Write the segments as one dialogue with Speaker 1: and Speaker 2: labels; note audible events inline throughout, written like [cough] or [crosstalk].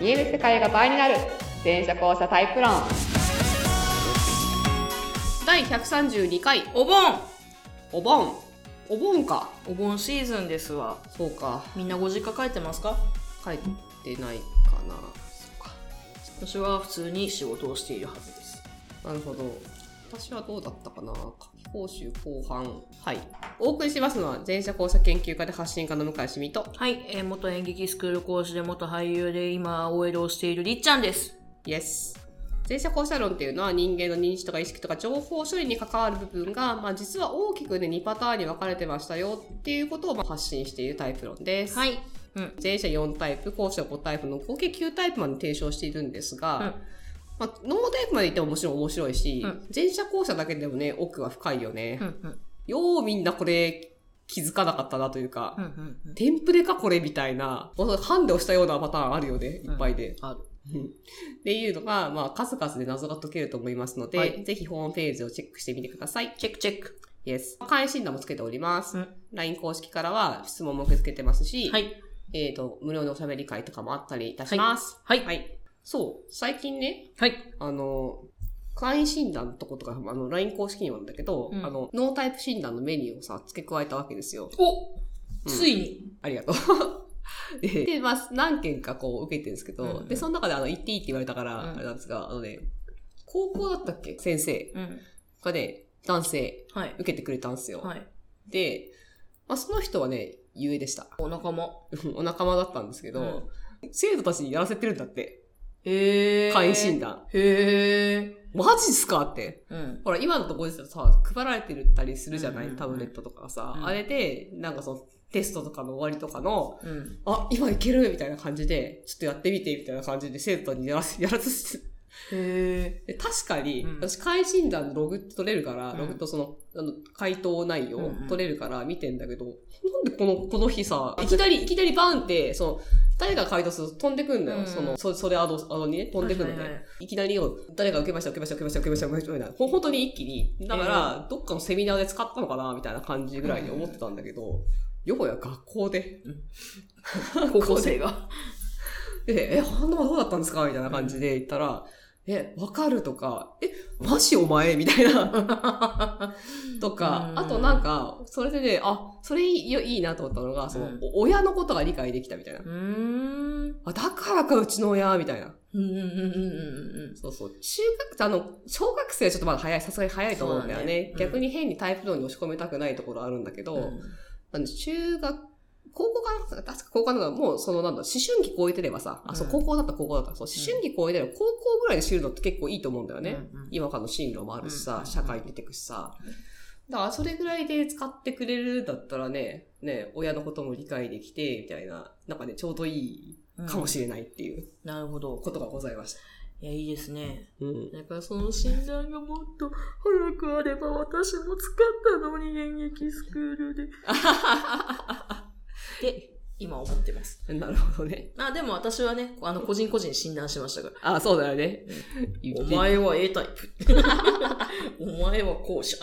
Speaker 1: 見える世界が倍になる全車交差タイプ論第132回
Speaker 2: お盆
Speaker 1: お盆お盆か
Speaker 2: お盆シーズンですわ
Speaker 1: そうか
Speaker 2: みんなご実家帰ってますか
Speaker 1: 帰ってないかなそうか
Speaker 2: 私は普通に仕事をしているはずです
Speaker 1: なるほど私はどうだったかな夏季講習後半はいお送りしますのは全社交差研究家で発信家の向井しみと
Speaker 2: はい、えー元演劇スクール講師で元俳優で今 OL をしているりっちゃんです
Speaker 1: イエス。前者後者論っていうのは人間の認知とか意識とか情報処理に関わる部分が、まあ、実は大きくね2パターンに分かれてましたよっていうことをまあ発信しているタイプ論です。
Speaker 2: はいうん
Speaker 1: 前者4タイプ後者5タイプの合計9タイプまで提唱しているんですが、
Speaker 2: うん
Speaker 1: まあ、ノータイプまでいってももちろん面白いし、
Speaker 2: うん
Speaker 1: 前者後者だけでもね奥が深いよね。
Speaker 2: うんうん
Speaker 1: ようみんなこれ気づかなかったなというか、
Speaker 2: うんうんうん
Speaker 1: テンプレかこれみたいな、もうハンデをしたようなパターンあるよね、いっぱいで。
Speaker 2: ある
Speaker 1: うんっていうのが、まあ、数々で謎が解けると思いますので、
Speaker 2: はい
Speaker 1: ぜひホームページをチェックしてみてください。
Speaker 2: チェックチェック
Speaker 1: Yes。関心欄もつけております。
Speaker 2: うん
Speaker 1: LINE 公式からは質問も受け付けてますし、
Speaker 2: はい
Speaker 1: えっ、と、無料のおしゃべり会とかもあったりいたします。
Speaker 2: はい
Speaker 1: はい。そう、最近ね、
Speaker 2: はい
Speaker 1: あの、会員診断のとことか、あの、LINE 公式にもなんだけど、
Speaker 2: うん
Speaker 1: あの、ノータイプ診断のメニューをさ、付け加えたわけですよ。う
Speaker 2: お、
Speaker 1: ん
Speaker 2: ついに
Speaker 1: ありがとう。 [laughs] で、でまあ、何件かこう受けてるんですけど、
Speaker 2: うんうん
Speaker 1: で、その中であの、行っていいって言われたから、
Speaker 2: うん
Speaker 1: あれなんですが、あのね、高校だったっけ先生
Speaker 2: うん
Speaker 1: がね、男性、
Speaker 2: はい
Speaker 1: 受けてくれたんですよ。
Speaker 2: はい
Speaker 1: で、まあ、その人はね、有えでした。 [laughs]
Speaker 2: お仲間
Speaker 1: お仲間だったんですけど、生徒たちにやらせてるんだって、
Speaker 2: へえ
Speaker 1: 会員診断。
Speaker 2: へえ
Speaker 1: マジっすかって。
Speaker 2: うん
Speaker 1: ほら、今のところですとさ、配られてるったりするじゃな
Speaker 2: うんうんう
Speaker 1: い
Speaker 2: ん
Speaker 1: タブレットとかさ、
Speaker 2: うん
Speaker 1: あれで、なんかその、テストとかの終わりとかの、
Speaker 2: うん
Speaker 1: あ、今いけるみたいな感じで、ちょっとやってみて、みたいな感じで生徒にやらせ、 [laughs] やらせて、
Speaker 2: へ
Speaker 1: で確かに、
Speaker 2: うん
Speaker 1: 私、会診断のログって取れるから、
Speaker 2: うん
Speaker 1: ログとその、あの、回答内容
Speaker 2: うんうん
Speaker 1: 取れるから見てんだけど、なんでこの、この日さ、いきなり、いきなりバーンって、その、誰が回答すると飛んでくんだよ。
Speaker 2: うん
Speaker 1: その、そ、それアド、アドにね、飛んでくんだよ、ね
Speaker 2: はい
Speaker 1: い
Speaker 2: はいはい
Speaker 1: きなりよ、誰が受けました、受けました、受けました、受けました、受けました、みたいな。ほ本当に一気に、だから、どっかのセミナーで使ったのかな、みたいな感じぐらいに思ってたんだけど、よもや学校で
Speaker 2: うん。
Speaker 1: [laughs] 高
Speaker 2: 高校生が
Speaker 1: で、え、反応はどうだったんですかみたいな感じで言ったら、え、わかるとか、え、マジお前みたいな、
Speaker 2: [laughs]
Speaker 1: とか、
Speaker 2: うん
Speaker 1: あとなんか、それでね、あ、それいいよいいなと思ったのが、その、
Speaker 2: うん
Speaker 1: お親のことが理解できたみたいな
Speaker 2: う。ーん
Speaker 1: あ、だからか、うちの親、みたいな。
Speaker 2: うんうんうんうんうんうん
Speaker 1: そうそう。中学、あの、小学生はちょっとまだ早い、さすがに早いと思うんだよね。
Speaker 2: そうだねうん
Speaker 1: 逆に変にタイプ論に押し込めたくないところあるんだけど、
Speaker 2: うん
Speaker 1: なんで中学、高校かな確か高校かなもうそのなんだ、思春期超えてればさ、あ、そう、
Speaker 2: うん
Speaker 1: 高校だった高校だった。そう、思春期超えてれば、高校ぐらいで知るのって結構いいと思うんだよね。
Speaker 2: うんうん
Speaker 1: 今からの進路もあるし
Speaker 2: うん
Speaker 1: さ
Speaker 2: う、ん
Speaker 1: 社会に出てくしさ。だから、それぐらいで使ってくれるんだったらね、ね、親のことも理解できて、みたいな、なんかね、ちょうどいいかもしれないっていう
Speaker 2: なるほど。
Speaker 1: ことがございました。
Speaker 2: いや、いいですね。
Speaker 1: うん。
Speaker 2: だからその診断がもっと早くあれば私も使ったのに演劇スクールで。 [laughs] で、今思ってます。
Speaker 1: なるほどね。
Speaker 2: あ、でも私はね、あの、個人個人診断しましたから。
Speaker 1: あ、そうだよね。言
Speaker 2: お
Speaker 1: って
Speaker 2: 前は A タイプ。 [laughs] お前は後者。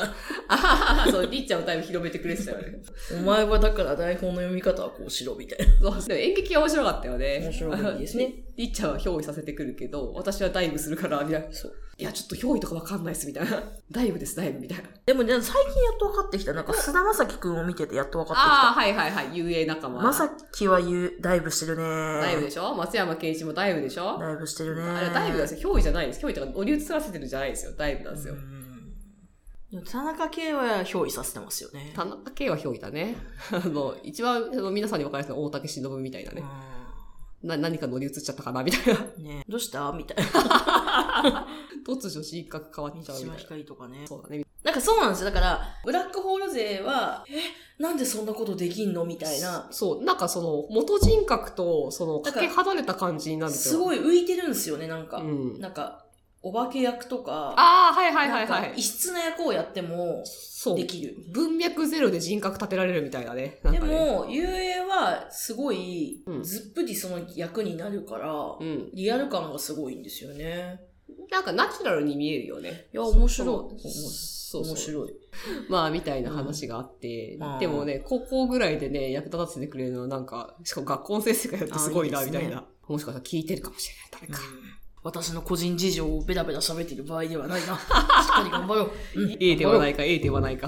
Speaker 1: あそう、りっちゃんのタイム広めてくれてたよね。
Speaker 2: お前はだから台本の読み方はこうしろみたいな。
Speaker 1: そう、でも演劇は面白かったよね。
Speaker 2: 面白いですね。
Speaker 1: りっちゃんは憑依させてくるけど、私はダイブするから、みたいな。
Speaker 2: そう
Speaker 1: いや、ちょっと憑依とかわかんないっす、みたいな。 [laughs] ダイブです、ダイブ、みたいな。
Speaker 2: でもね、最近やっと分かってきた。なんか菅田将暉くんを見ててやっと分かってきた。
Speaker 1: ああ、はいはいはい、遊泳仲間。
Speaker 2: まさきは言う、ダイブしてるねー
Speaker 1: ダイブでしょ松山健一もダイブでしょ
Speaker 2: ダイブしてるねー
Speaker 1: あれ、ダイブなんですよ。憑依じゃないんです。憑依とか、折り移らせてるじゃないですよ。ダイブなんですよ
Speaker 2: う。んでも田中圭は憑依させてますよね。
Speaker 1: 田中圭は憑依だね。あの、一番、あの皆さんに分かりやすいのは大竹しのぶみたいなね。な、何か乗り移っちゃったかな、みたいな。
Speaker 2: うんねどうしたみたいな。
Speaker 1: 突如人格変わっ
Speaker 2: 三
Speaker 1: ちゃうみ
Speaker 2: 島
Speaker 1: た
Speaker 2: ひ
Speaker 1: い
Speaker 2: かりとかね
Speaker 1: な。。そうだね。
Speaker 2: なんかそうなんですよ。だから、ブラックホール勢は、え、なんでそんなことできんのみたいな。
Speaker 1: そう、なんかその、元人格と、その、
Speaker 2: だ
Speaker 1: か
Speaker 2: から
Speaker 1: け離れた感じになるんです
Speaker 2: す
Speaker 1: よ。
Speaker 2: ごい浮いてるんですよね、なんか。
Speaker 1: うん
Speaker 2: なんか、お化け役とか、
Speaker 1: ああ、はいはいはいは
Speaker 2: なんか異
Speaker 1: い。
Speaker 2: 質な役をやっても、
Speaker 1: そう。
Speaker 2: できる。
Speaker 1: 文脈ゼロで人格立てられるみたいなね。なん
Speaker 2: で
Speaker 1: かね、
Speaker 2: も、遊泳は、すごい
Speaker 1: うん、
Speaker 2: ずっぷりその役になるから、
Speaker 1: うん。
Speaker 2: リアル感がすごいんですよね。
Speaker 1: なんかナチュラルに見えるよね。
Speaker 2: いや、面白い。
Speaker 1: そうそう
Speaker 2: 面白い。
Speaker 1: まあ、みたいな話があって、
Speaker 2: うん
Speaker 1: でもね、高校ぐらいでね、役立たせてくれるのはなんか、しかも学校の先生がやってすごいな、
Speaker 2: あーいい
Speaker 1: み
Speaker 2: です
Speaker 1: た
Speaker 2: ね
Speaker 1: いな。もしかしたら聞いてるかもしれない、誰か。
Speaker 2: 私の個人事情をベラベラ喋っている場合では [laughs] ないな。しっかり頑張ろう。うん
Speaker 1: ええではないか、ええではないか。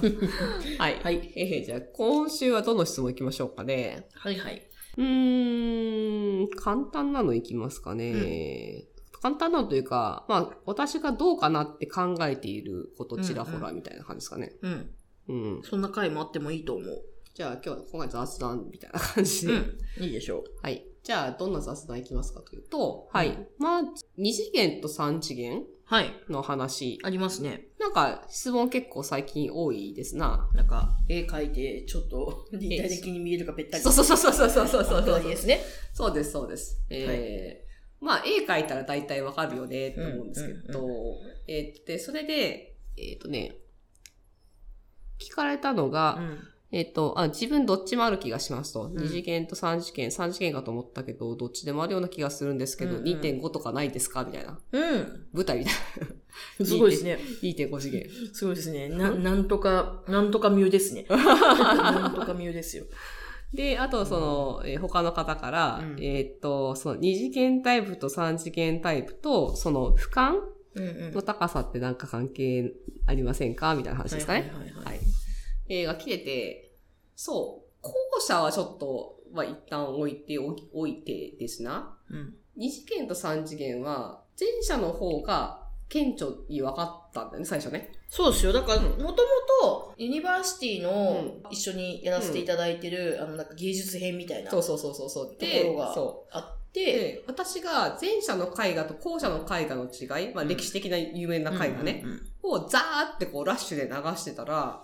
Speaker 1: はい。
Speaker 2: はい。
Speaker 1: ええじゃあ、今週はどの質問いきましょうかね。
Speaker 2: はいはい。
Speaker 1: うーん、簡単なのいきますかね。簡単なのというか、まあ、私がどうかなって考えていることちらほらみたいな感じですかね。
Speaker 2: うん。
Speaker 1: うん、
Speaker 2: そんな回もあってもいいと思う。
Speaker 1: じゃあ、今日、今回雑談みたいな感じで。
Speaker 2: うん。いいでしょう。
Speaker 1: はい。じゃあ、どんな雑談いきますかというと、はい。まあ、二次元と三次元
Speaker 2: はい。
Speaker 1: の話。
Speaker 2: ありますね。
Speaker 1: なんか、質問結構最近多いですな。
Speaker 2: なんか、絵描いて、ちょっ [laughs] と立体的に見えるかべったり。
Speaker 1: そうそうそうそうそうそうそうそう
Speaker 2: あとですね。
Speaker 1: そうです、そうです。えーまあ、絵描いたら大体わかるよね、と思うんですけど、
Speaker 2: うん
Speaker 1: えーで、それで、えっ、とね、聞かれたのが、
Speaker 2: うん。
Speaker 1: えっ、とあ、自分どっちもある気がしますと。
Speaker 2: ん
Speaker 1: 二次元と三次元、三次元かと思ったけど、どっちでもあるような気がするんですけど、
Speaker 2: うんうん
Speaker 1: 2.5とかないですかみたいな。
Speaker 2: うん。
Speaker 1: 舞台みたいな。
Speaker 2: [laughs] すご
Speaker 1: [laughs]
Speaker 2: いですね。
Speaker 1: 2.5次元。
Speaker 2: すごいですね。な、なんとか、なんとかミュです [laughs] ね。なんとかミュですよ。
Speaker 1: で、あと、その、えー他の方から、
Speaker 2: うん
Speaker 1: えーっと、その、二次元タイプと三次元タイプと、その、俯瞰
Speaker 2: うんうん
Speaker 1: の高さってなんか関係ありませんかみたいな話ですかね。
Speaker 2: はいはいはい
Speaker 1: は
Speaker 2: はいい。
Speaker 1: 映画来てて、そう、後者はちょっと、まあ、一旦置いておき、置いてですな。
Speaker 2: うん。
Speaker 1: 二次元と三次元は、前者の方が顕著に分かったんだよね、最初ね。
Speaker 2: そうですよ。だから、もともと、ユニバーシティの
Speaker 1: う
Speaker 2: 一緒にやらせていただいてる、あの、なんか芸術編みたいな、
Speaker 1: そう
Speaker 2: あ
Speaker 1: そうそうそうそう。
Speaker 2: と
Speaker 1: で
Speaker 2: ころ、が
Speaker 1: そう。
Speaker 2: って、
Speaker 1: で、私が前者の絵画と後者の絵画の違い、まあ
Speaker 2: うん
Speaker 1: 歴史的な有名な絵画ね
Speaker 2: う、んうんうん
Speaker 1: をザーってこうラッシュで流してたら、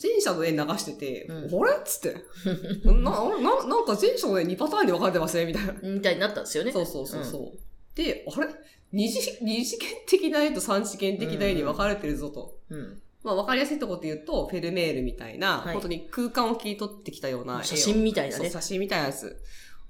Speaker 1: 前者の絵流してて、
Speaker 2: うん
Speaker 1: あれっつ
Speaker 2: [laughs]
Speaker 1: って、な、な、なんか前者の絵2パターンに分かれてますねみたいな。
Speaker 2: みたいになったんですよね。
Speaker 1: そうそうそうそう。で、あれ二次二次元的な絵と三次元的な絵に分かれてるぞと。
Speaker 2: うん。
Speaker 1: まあ分かりやすいところで言うと、フェルメールみたいな、
Speaker 2: はい
Speaker 1: 本当に空間を切り取ってきたような絵を
Speaker 2: 写真みたいな
Speaker 1: そう
Speaker 2: ね。
Speaker 1: 写真みたいなやつ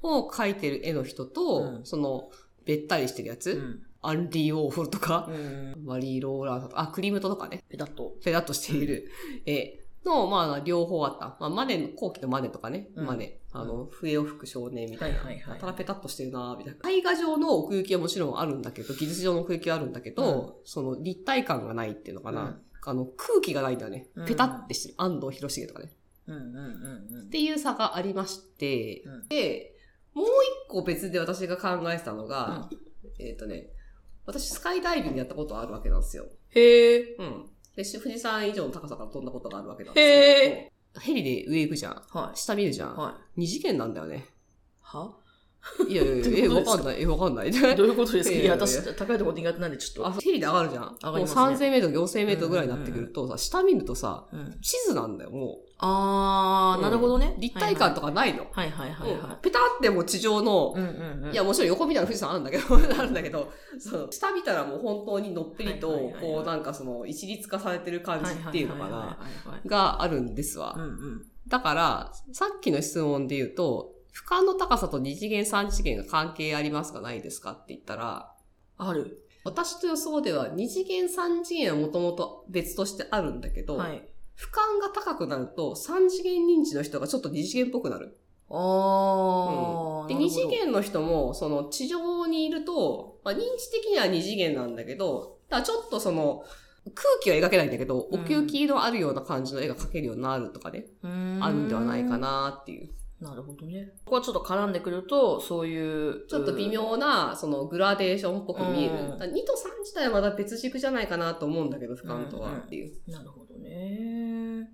Speaker 1: を描いてる絵の人と、
Speaker 2: うん
Speaker 1: その、べったりしてるやつ、
Speaker 2: うん。
Speaker 1: アンディ・ウォーホルとか、
Speaker 2: うん。
Speaker 1: マリー・ローラーとか、あ、クリムトとかね、
Speaker 2: ペタッと。
Speaker 1: ペタッとしている絵の、まあ、両方あった。まあ、マネの、後期のマネとかね、
Speaker 2: うん
Speaker 1: マネ、あの、笛を吹く少年みたいな。
Speaker 2: はいはいはい
Speaker 1: やたらペタッとしてるなみたいな。絵画上の奥行きはもちろんあるんだけど、技術上の奥行きはあるんだけど、その立体感がないっていうのかな。
Speaker 2: うん
Speaker 1: あの、空気がないんだよね
Speaker 2: うん。
Speaker 1: ペタッてしてる。安藤博重とかね。
Speaker 2: うんうんうんうん
Speaker 1: っていう差がありまして、
Speaker 2: うん
Speaker 1: で、もう一個別で私が考えてたのが、えっ、とね、私スカイダイビングやったことあるわけなんですよ。
Speaker 2: へえ。
Speaker 1: うん。で、し富士山以上の高さから飛んだことがあるわけなんですけど、
Speaker 2: へえ。
Speaker 1: ヘリで上行くじゃん。
Speaker 2: は
Speaker 1: 下見るじゃ
Speaker 2: い。
Speaker 1: ん。
Speaker 2: は
Speaker 1: 二次元なんだよね。
Speaker 2: い。はい
Speaker 1: やいやいや、え、
Speaker 2: [laughs] どういうこと
Speaker 1: わ
Speaker 2: です
Speaker 1: か
Speaker 2: か
Speaker 1: んない、え、わかんない。
Speaker 2: どういうことですか
Speaker 1: いや
Speaker 2: い
Speaker 1: い
Speaker 2: や、
Speaker 1: やいや
Speaker 2: 私、高いところ苦手なんで、ちょっ
Speaker 1: あ、ヘリで上がるじゃん。
Speaker 2: 上がりますね
Speaker 1: もう3000メートル、4000メートルぐらいになってくるとさ、下見るとさ、
Speaker 2: と。うん。
Speaker 1: 地図なんだよ、も
Speaker 2: あ
Speaker 1: う。
Speaker 2: ー、なるほどね
Speaker 1: う。ん立体感とかないの。
Speaker 2: はいはいはいはい
Speaker 1: うん
Speaker 2: は
Speaker 1: ペタってもう地上の、
Speaker 2: い。うんうんうん。
Speaker 1: いや、もちろん横みたいな富士山あるんだけど、あるんだけど、その、下見たらもう本当にのっぺりと、
Speaker 2: はいはいはいはい
Speaker 1: こうなんかその、一律化されてる感じっていうのかな、
Speaker 2: はいはいはいはい
Speaker 1: があるんですわ。
Speaker 2: はい。うんうん。
Speaker 1: だから、さっきの質問で言うと、俯瞰の高さと二次元三次元が関係ありますかないですかって言ったら、
Speaker 2: ある。
Speaker 1: 私と予想では二次元三次元はもともと別としてあるんだけど、
Speaker 2: はい。
Speaker 1: 俯瞰が高くなると三次元認知の人がちょっと二次元っぽくなる。
Speaker 2: あー。
Speaker 1: で、
Speaker 2: なる
Speaker 1: 二
Speaker 2: ほど
Speaker 1: 次元の人も、その地上にいると、まあ、認知的には二次元なんだけど、ただちょっとその、空気は描けないんだけど、
Speaker 2: うん
Speaker 1: 奥行きのあるような感じの絵が描けるようになるとかね、
Speaker 2: うーん
Speaker 1: あるんではないか。なっていう。
Speaker 2: なるほどね。ここはちょっと絡んでくると、そういう。
Speaker 1: ちょっと微妙な、そのグラデーションっぽく見える。
Speaker 2: うん
Speaker 1: 2と3自体はまだ別軸じゃないかなと思うんだけど、俯瞰とはっていう。っ
Speaker 2: なるほどね。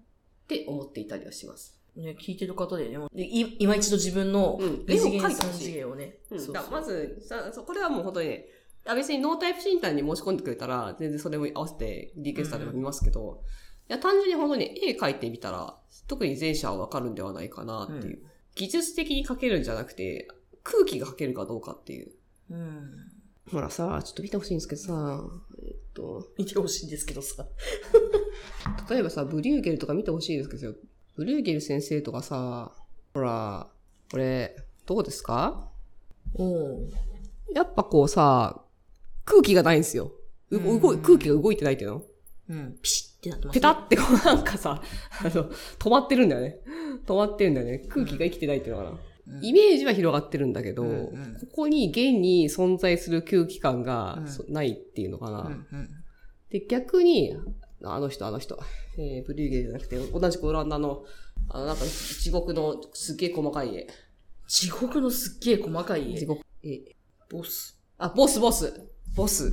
Speaker 1: て思っていたりはします。
Speaker 2: ね、聞いてる方でね、でい今一度自分の
Speaker 1: うん
Speaker 2: 二次
Speaker 1: 絵を描い
Speaker 2: 元
Speaker 1: て
Speaker 2: 三
Speaker 1: ほしい
Speaker 2: 次元をね。
Speaker 1: うん、
Speaker 2: そう
Speaker 1: だからま
Speaker 2: そう
Speaker 1: ずさそうこれはもう本当にね、あ別にノータイプ診断に申し込んでくれたら、全然それも合わせてリクエストでも見ますけど、いや単純に本当に絵描いてみたら、特に前者はわかるんではないかなっていう。技術的に描けるんじゃなくて、空気が描けるかどうかっていう。
Speaker 2: うん。
Speaker 1: ほらさ、ちょっと見てほしいんですけどさ、えっと、
Speaker 2: 見てほしいんですけどさ。
Speaker 1: 例えばさ、ブリューゲルとか見てほしいですけど、ブリューゲル先生とかさ、ほら、これ、どうですか
Speaker 2: おう
Speaker 1: やっぱこうさ、空気がないんですよ。う
Speaker 2: うん
Speaker 1: 動い空気が動いてないっていうの
Speaker 2: うん。ピシッってなってます、
Speaker 1: ペタって [laughs] こうなんかさ、あの、止まってるんだよね。止まってるんだよね。空気が生きてないっていうのかな。
Speaker 2: うん
Speaker 1: イメージは広がってるんだけど、
Speaker 2: うんうん
Speaker 1: ここに現に存在する空気感が
Speaker 2: うん
Speaker 1: そないっていうのかな。
Speaker 2: うんうん
Speaker 1: で、逆に、あの人、あの人、えー、ブリューゲーじゃなくて、同じくオランダの、あの、なんか、地獄のすっげえ細かい絵。
Speaker 2: 地獄のすっげえ細かい
Speaker 1: 地
Speaker 2: 絵。
Speaker 1: 獄、え、
Speaker 2: ボス。
Speaker 1: あ、ボス、ボス、ボス、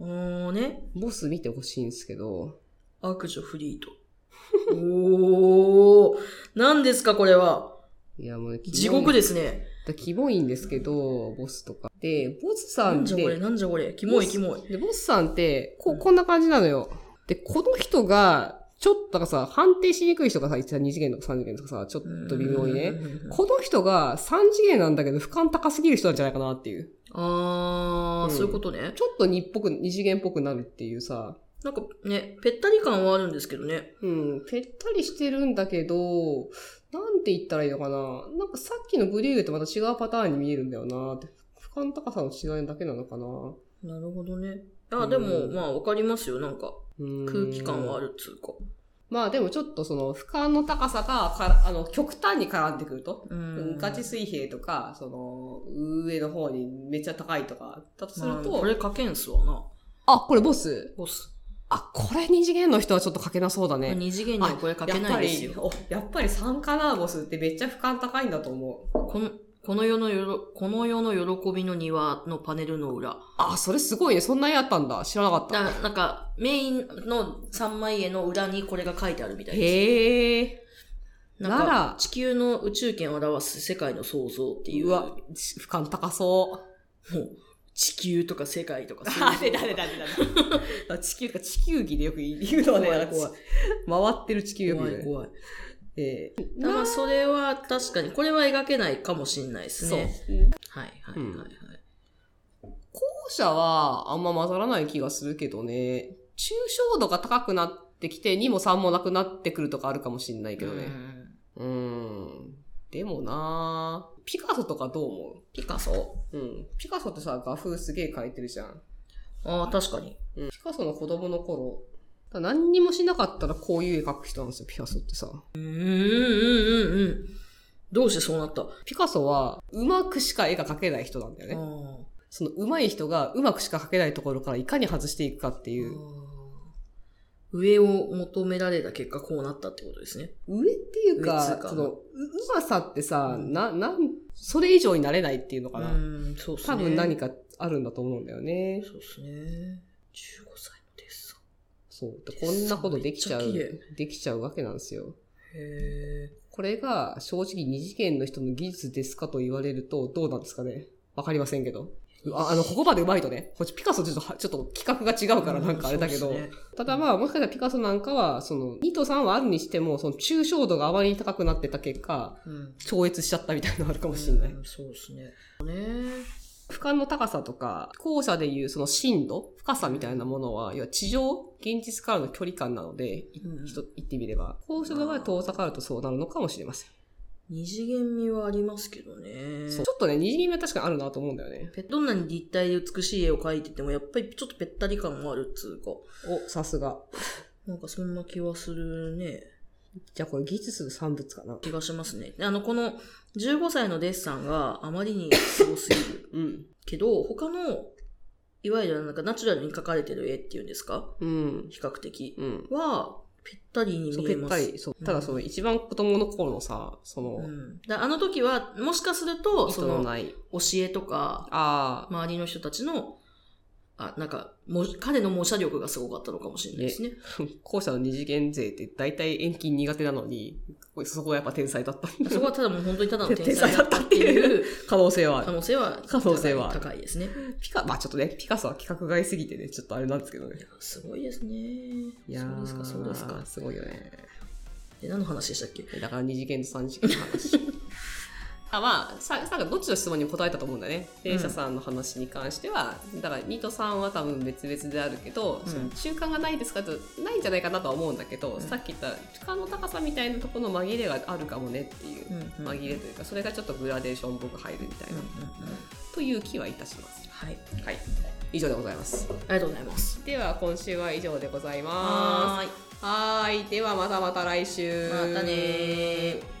Speaker 2: おーね。
Speaker 1: ボス見てほしいんですけど、
Speaker 2: 悪女
Speaker 1: [laughs]
Speaker 2: フリート。おー。何ですか、これは。
Speaker 1: いや、もう、
Speaker 2: 地獄ですね。
Speaker 1: す。キモいんですけど、ボスとか。で、ボスさ
Speaker 2: なん
Speaker 1: ん
Speaker 2: じゃこれ、
Speaker 1: で、
Speaker 2: なんじゃこれ。キモい、
Speaker 1: ボス
Speaker 2: キモい。
Speaker 1: で、ボスさんって、こ
Speaker 2: う
Speaker 1: う、
Speaker 2: ん
Speaker 1: こんな感じなのよ。で、この人が、ちょっとなんかさ、判定しにくい人がさ、一応二次元とか三次元とかさ、ちょっと微妙にね。
Speaker 2: うんうんうんうん。
Speaker 1: この人が3次元なんだけど、俯瞰高すぎる人なんじゃないかなっていう。
Speaker 2: あー、
Speaker 1: うん
Speaker 2: そういうことね。
Speaker 1: ちょっと2っぽく、二次元っぽくなるっていうさ、
Speaker 2: なんかね、ぺったり感はあるんですけどね。
Speaker 1: うん、ぺったりしてるんだけど、なんて言ったらいいのかな。なんかさっきのブリューゲとまた違うパターンに見えるんだよなって。俯瞰高さの違いだけなのかな。
Speaker 2: なるほどね。
Speaker 1: う
Speaker 2: あ、
Speaker 1: ん
Speaker 2: でも、まあ、わかりますよ。なんか、
Speaker 1: うん
Speaker 2: 空気感はあ。るっつうか。
Speaker 1: まあでもちょっとその俯瞰の高さがから、あの、極端に絡んでくると。
Speaker 2: うん
Speaker 1: ガチ水平とか、その、上の方にめっちゃ高いとか、だとす
Speaker 2: まあ
Speaker 1: ると、
Speaker 2: これ書けんすわな。
Speaker 1: あ、これボス
Speaker 2: ボス。
Speaker 1: あ、これ二次元の人はちょっと書けなそうだね。
Speaker 2: 二次元にはこれ書けないですよ。
Speaker 1: やっぱり、おやっぱり3かな、ボスってめっちゃ俯瞰高いんだと思う。
Speaker 2: この、この世のよろ、この世の喜びの庭のパネルの裏。
Speaker 1: あ、それすごいね。そんな絵あったんだ。知らなかった。
Speaker 2: だなんか、メインの三枚絵の裏にこれが書いてあるみたいです。
Speaker 1: へえ。
Speaker 2: なん
Speaker 1: なら
Speaker 2: か、地球の宇宙圏を表す世界の創造っていう。
Speaker 1: うわ、し俯瞰高そう。
Speaker 2: もう、地球とか世界とか創
Speaker 1: [laughs]
Speaker 2: 造
Speaker 1: あ、出た出た出た。地球とか地球儀でよく言うのはね、
Speaker 2: 怖い
Speaker 1: なんかこう回ってる地球儀
Speaker 2: 怖
Speaker 1: で
Speaker 2: い
Speaker 1: ね。
Speaker 2: 怖い。
Speaker 1: えー
Speaker 2: まあ、それは確かに、これは描けないかもしれないです
Speaker 1: そう。
Speaker 2: ね。
Speaker 1: うん
Speaker 2: はいはいはいはい。
Speaker 1: 後者はあんま混ざらない気がするけどね。抽象度が高くなってきて、2も3もなくなってくるとかあるかもしれないけどね。うー
Speaker 2: うん
Speaker 1: ん。でもなぁピカソとかどう思
Speaker 2: ピカソ。
Speaker 1: ううん。ピカソってさ、画風すげえ描いてるじゃん。
Speaker 2: ああ、確かに。
Speaker 1: うん。ピカソの子供の頃。だから何にもしなかったらこういう絵描く人なんですよ、ピカソってさ。
Speaker 2: うんうんうんうんうん。どうしてそうなったあ
Speaker 1: ピカソは、うまくしか絵が描けない人なんだよね。
Speaker 2: ー
Speaker 1: その上手い人がうまくしか描けないところからいかに外していくかって
Speaker 2: あ
Speaker 1: い
Speaker 2: ー
Speaker 1: う。
Speaker 2: 上を求められた結果こうなったってことですね。
Speaker 1: 上っていう
Speaker 2: 上
Speaker 1: か
Speaker 2: っつう、か
Speaker 1: その、ううまさってさ、
Speaker 2: うん
Speaker 1: な、なん、それ以上になれないっていうの
Speaker 2: う
Speaker 1: かな。
Speaker 2: ん、そうっすね。
Speaker 1: 多分何。かあるんだと思うんだよね。
Speaker 2: そうっすね。15歳のデッサ
Speaker 1: そう。でこんなことできちゃ
Speaker 2: めっ
Speaker 1: う
Speaker 2: ちゃ綺、
Speaker 1: できちゃうわけなんですよ。
Speaker 2: ン。へえ。
Speaker 1: これが正直二次元の人の技術ですかと言われるとどうなんですかねわかりませんけど。ああの、ここまで上手いとね、こっちピカソちょっとは、ちょっと企画が違うからなんかあれだけど、
Speaker 2: うんそうっすね
Speaker 1: ただまあ、もしかしたらピカソなんかは、その、2と3はあるにしても、その、抽象度があまりに高くなってた結果、
Speaker 2: うん。
Speaker 1: 超越しちゃったみたいなのあるかもしれない。
Speaker 2: うんそうですね。ね
Speaker 1: 俯瞰の高さとか、後者でいうその深度、深さみたいなものは、要は地上、現実からの距離感なので、い
Speaker 2: うん
Speaker 1: 人言ってみれば、後者の場合は遠ざかるとそうなるのかもしれません。
Speaker 2: 二次元味はありますけどね。
Speaker 1: そうちょっとね、二次元は確かにあるなと思うんだよね。
Speaker 2: ぺどんなに立体で美しい絵を描いてても、やっぱりちょっとぺったり感もあるっつうか。
Speaker 1: お、さすが。
Speaker 2: なんかそんな気はするね。
Speaker 1: じゃあこれ技術の産物かな。
Speaker 2: 気がしますね。であの、この15歳のデッサンがあまりに凄すぎる
Speaker 1: うん。
Speaker 2: けど、他の、いわゆるなんかナチュラルに描かれてる絵っていうんですか
Speaker 1: うん。
Speaker 2: 比較的。
Speaker 1: うん。
Speaker 2: は、ぺったりに
Speaker 1: そう、
Speaker 2: 見え
Speaker 1: ぺっ
Speaker 2: ま
Speaker 1: た
Speaker 2: す。
Speaker 1: り。そう。ただその一番子供の頃のさ、その、
Speaker 2: うん、だあの時は、もしかすると、
Speaker 1: 意図
Speaker 2: そ
Speaker 1: の
Speaker 2: の、
Speaker 1: ない。
Speaker 2: 教えとか、
Speaker 1: ああ。
Speaker 2: 周りの人たちの、あ、なんか、もう彼の模写力がすごかったのかもしれないですね。
Speaker 1: 後者の二次元勢って大体遠近苦手なのに、こそこはやっぱ天才だった。
Speaker 2: [laughs] そこはただもう本当にただの天
Speaker 1: [laughs] 天才
Speaker 2: 才
Speaker 1: だ
Speaker 2: だ
Speaker 1: っ
Speaker 2: ったた
Speaker 1: っ
Speaker 2: ってて
Speaker 1: い
Speaker 2: いうう
Speaker 1: 可能 [laughs] 性はあ
Speaker 2: 可
Speaker 1: る。
Speaker 2: 能性は
Speaker 1: 可能性はある
Speaker 2: 高いですね。
Speaker 1: ピカ、まあちょっとね、ピカソは企画外すぎてね、ちょっとあれなんですけどね
Speaker 2: い。やすごいですね。
Speaker 1: いやー
Speaker 2: そうですか、そうですか。
Speaker 1: すごいよね。
Speaker 2: で、何の話でしたっけ
Speaker 1: だから二次元と三次元の話。 [laughs] あまあ、ささんがどっちの質問にも答えたと思うんだね。電車さんの話に関しては、だから2と3は多分別々であるけど、
Speaker 2: うん
Speaker 1: その中間がないですかとないんじゃないかなとは思うんだけど、
Speaker 2: ん
Speaker 1: さっき言った中間の高さみたいなところの紛れがあるかもねっていう、
Speaker 2: うんうんうん
Speaker 1: 紛れというかそれがちょっとグラデーションっぽく入るみたいな、という気はいたします。
Speaker 2: はい。あり
Speaker 1: はい、以上でございます。
Speaker 2: がとうございます。
Speaker 1: では今週は以上でございます。
Speaker 2: はーい。
Speaker 1: はーい、ではまたまた来週。
Speaker 2: またねー。